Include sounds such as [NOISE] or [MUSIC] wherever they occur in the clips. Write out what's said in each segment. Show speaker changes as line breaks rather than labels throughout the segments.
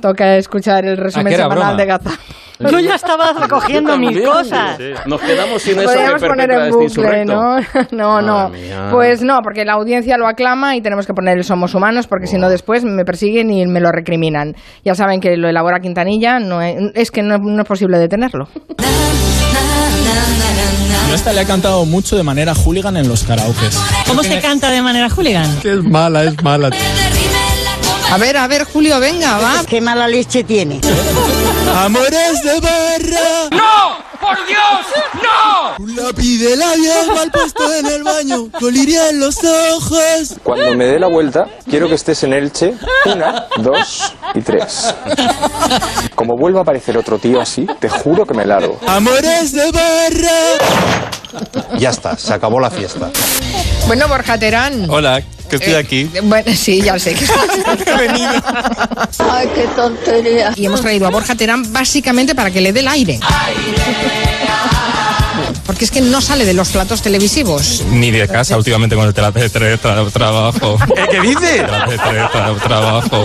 Toca escuchar el resumen
que era
semanal
broma.
de Gaza.
Yo ya estaba recogiendo mis cosas.
Nos quedamos sin eso
[LAUGHS] Podríamos
que
poner
perpetra
en
este
bucle,
insurrecto.
¿no? No, [LAUGHS] no.
Madre mía.
Pues no, porque la audiencia lo aclama y tenemos que poner el Somos Humanos, porque si no después me persiguen y me lo recriminan. Ya saben que lo elabora Quintanilla, no es, es que no, no es posible detenerlo.
Yo esta le he cantado mucho de manera hooligan en los karaokes.
¿Cómo se canta de manera hooligan?
Que es mala, es mala.
A ver, a ver, Julio, venga, va.
Qué mala leche tiene.
Amores de barra. ¡No! ¡Por Dios! ¡No! Un lápiz de labios mal puesto en el baño. Coliría en los ojos.
Cuando me dé la vuelta, quiero que estés en Elche. Una, dos y tres. Como vuelva a aparecer otro tío así, te juro que me largo.
Amores de barra.
Ya está, se acabó la fiesta.
Bueno, Borja Terán.
Hola, que estoy
eh,
aquí.
Bueno, sí, ya sé que
Ay, qué tontería.
Y hemos traído a Borja Terán básicamente para que le dé el aire. Porque es que no sale de los platos televisivos.
Ni de casa últimamente con el teletre trabajo. ¿Qué dices? Teletre trabajo.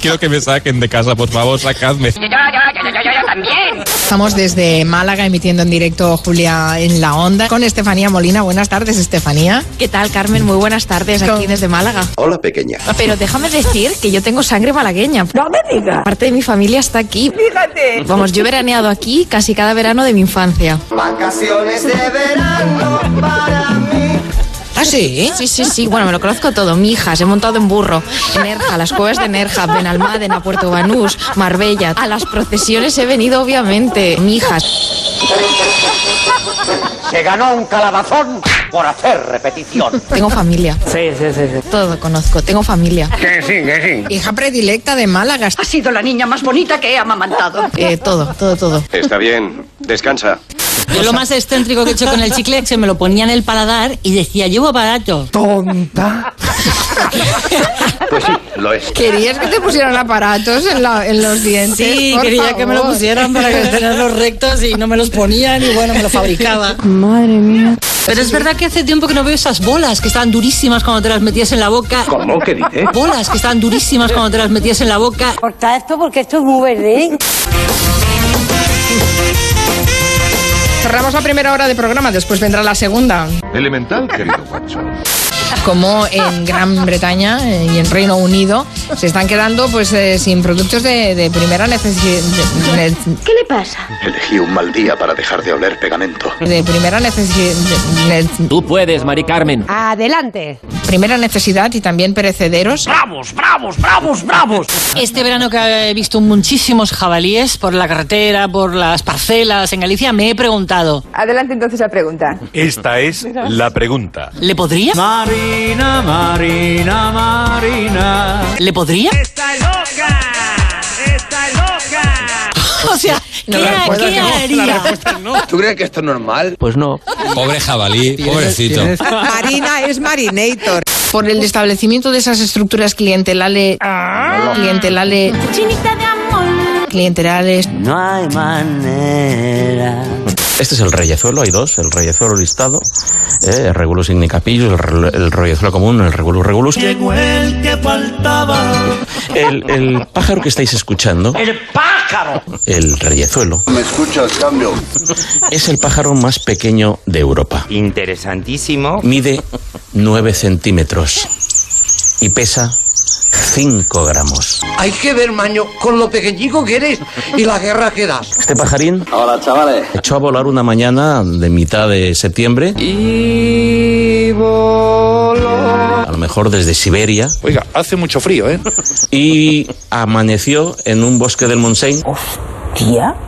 Quiero que me saquen de casa, por favor, sacadme.
Estamos desde Málaga emitiendo en directo Julia en la onda con Estefanía Molina. Buenas tardes, Estefanía.
¿Qué tal, Carmen? Muy buenas tardes aquí desde Málaga.
Hola, pequeña.
Pero déjame decir que yo tengo sangre malagueña. No me digas. Parte de mi familia está aquí. Fíjate. Vamos, yo he veraneado aquí casi cada verano de mi infancia.
¿Ah, sí?
Sí, sí, sí. Bueno, me lo conozco todo. Mijas, he montado en burro. En Nerja, las cuevas de Nerja, Benalmádena, Puerto Banús, Marbella. A las procesiones he venido, obviamente. Mijas.
Se ganó un calabazón por hacer repetición.
Tengo familia. Sí, sí, sí. Todo conozco. Tengo familia.
Hija predilecta de Málaga.
Ha sido la niña más bonita que he amamantado.
Eh, todo, todo, todo.
Está bien, descansa.
Yo lo más excéntrico que he hecho con el chicle es que se me lo ponía en el paladar y decía, llevo aparato.
Pues sí, lo es.
¿Querías que te pusieran aparatos en, la- en los dientes?
Sí,
Por
quería que me lo
favor.
pusieran para que tenerlos rectos y no me los ponían y bueno, me lo fabricaba.
Madre mía.
Pero es verdad que hace tiempo que no veo esas bolas que estaban durísimas cuando te las metías en la boca.
¿Cómo? ¿Qué dices?
Bolas que estaban durísimas cuando te las metías en la boca.
Corta esto porque esto es muy verde.
Cerramos la primera hora de programa, después vendrá la segunda.
Elemental, querido guacho.
Como en Gran Bretaña eh, y en Reino Unido se están quedando pues eh, sin productos de, de primera necesidad.
¿Qué le pasa?
Elegí un mal día para dejar de oler pegamento.
De, de primera necesidad.
Tú puedes, Mari Carmen.
Adelante.
primera necesidad y también perecederos.
Este verano que he visto muchísimos jabalíes por la carretera, por las parcelas en Galicia, me he preguntado,
Adelante entonces la
[LAUGHS]
pregunta.
Esta es la pregunta.
¿le podría?
Marina, Marina, Marina.
¿Le podría?
¡Está loca! ¡Está loca!
O sea, ¿qué, qué haría?
¿Tú crees que esto es normal?
Pues no.
Pobre jabalí, pobrecito.
Marina es Marinator.
Por el establecimiento de esas estructuras clientelales. Clientelales. Clientelares.
No hay manera.
Este es el reyezuelo, hay dos, el reyezuelo listado, eh, el regulus ignicapillus, el, re- el reyezuelo común, el regulus regulus.
Llegó el que faltaba.
El, el pájaro que estáis escuchando,
¡El pájaro!
el reyezuelo,
¿Me escuchas, cambio?
es el pájaro más pequeño de Europa.
Interesantísimo.
Mide 9 centímetros y pesa 5 gramos.
Hay que ver, maño, con lo pequeñico que eres y la guerra que das.
Este pajarín
Hola, chavales.
echó a volar una mañana de mitad de septiembre. Y A lo mejor desde Siberia.
Oiga, hace mucho frío, ¿eh?
Y amaneció en un bosque del Montseny.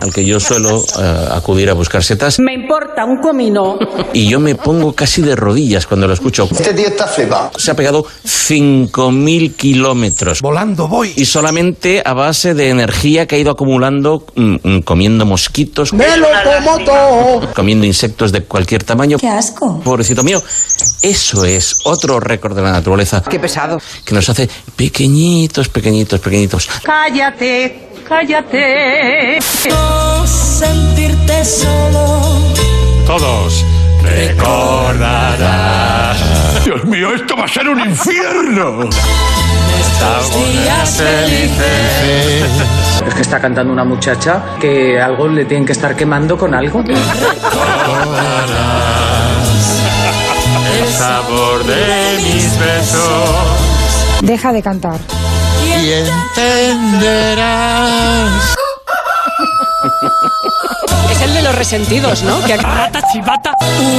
Al que yo suelo eh, acudir a buscar setas.
Me importa un comino.
Y yo me pongo casi de rodillas cuando lo escucho.
Este tío está flipado.
Se ha pegado 5.000 kilómetros.
Volando voy.
Y solamente a base de energía que ha ido acumulando mm, mm, comiendo mosquitos. Comiendo insectos de cualquier tamaño.
Qué asco.
Pobrecito mío, eso es otro récord de la naturaleza
Qué pesado.
que nos hace pequeñitos, pequeñitos, pequeñitos.
Cállate, cállate.
Todos
recordarás. Dios mío, esto va a ser un infierno.
Estos días felices.
Es que está cantando una muchacha que algo le tienen que estar quemando con algo.
El sabor de mis besos.
Deja de cantar.
Y entenderás.
Es el de los resentidos, ¿no? Que rata chivata.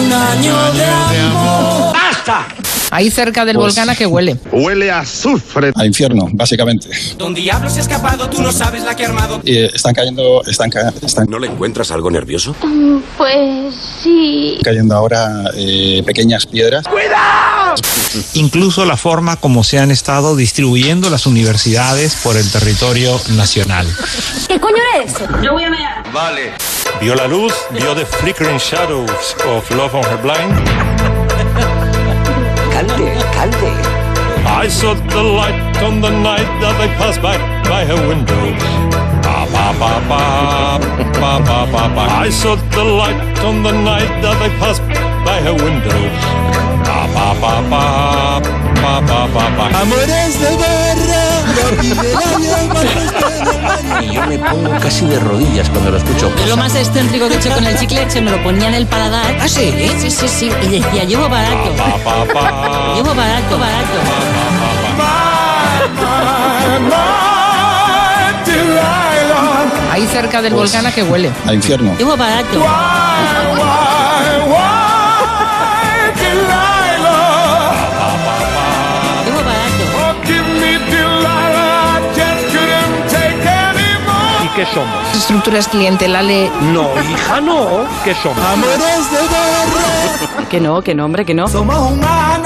Un año de amor. ¡Basta!
Ahí cerca del
Pues-
volcán a que huele.
Huele a azufre. A infierno, básicamente.
Donde diablo se ha escapado, tú no sabes la que ha armado.
Y eh, están cayendo, están, ca- están... ¿No le encuentras algo nervioso?
Pues sí.
Cayendo ahora eh, pequeñas piedras.
Incluso la forma como se han estado distribuyendo las universidades por el territorio nacional.
¿Qué coño eres? Yo voy a mear.
Vale. Vio la luz, vio The Flickering Shadows of Love on Her Blind.
Cante, cante.
I saw the light on the night that I passed by by her window. Ba, ba, ba, ba, ba, ba, ba, ba. I saw the light on the night that I passed by her window. Ba, ba, ba, ba, ba, ba, ba, ba.
Amores de barra, y de la llama puesta en el baño.
Y yo me pongo casi de rodillas cuando lo escucho.
Yo lo más excéntrico que he hecho con el chicle se me lo ponía en el paladar. ¿Ah, sí? Sí, sí, sí. Y decía, llevo barato.
Ba, ba, ba,
Llevo barato, barato.
Ahí cerca del
Pues-
volcán a que huele.
A infierno.
Llevo barato. Llevo barato.
¿Y qué somos?
Estructuras clientelales.
No, hija, no. ¿Qué somos? Amores de barra.
Que no, que no, hombre, que no.
Somos humanos.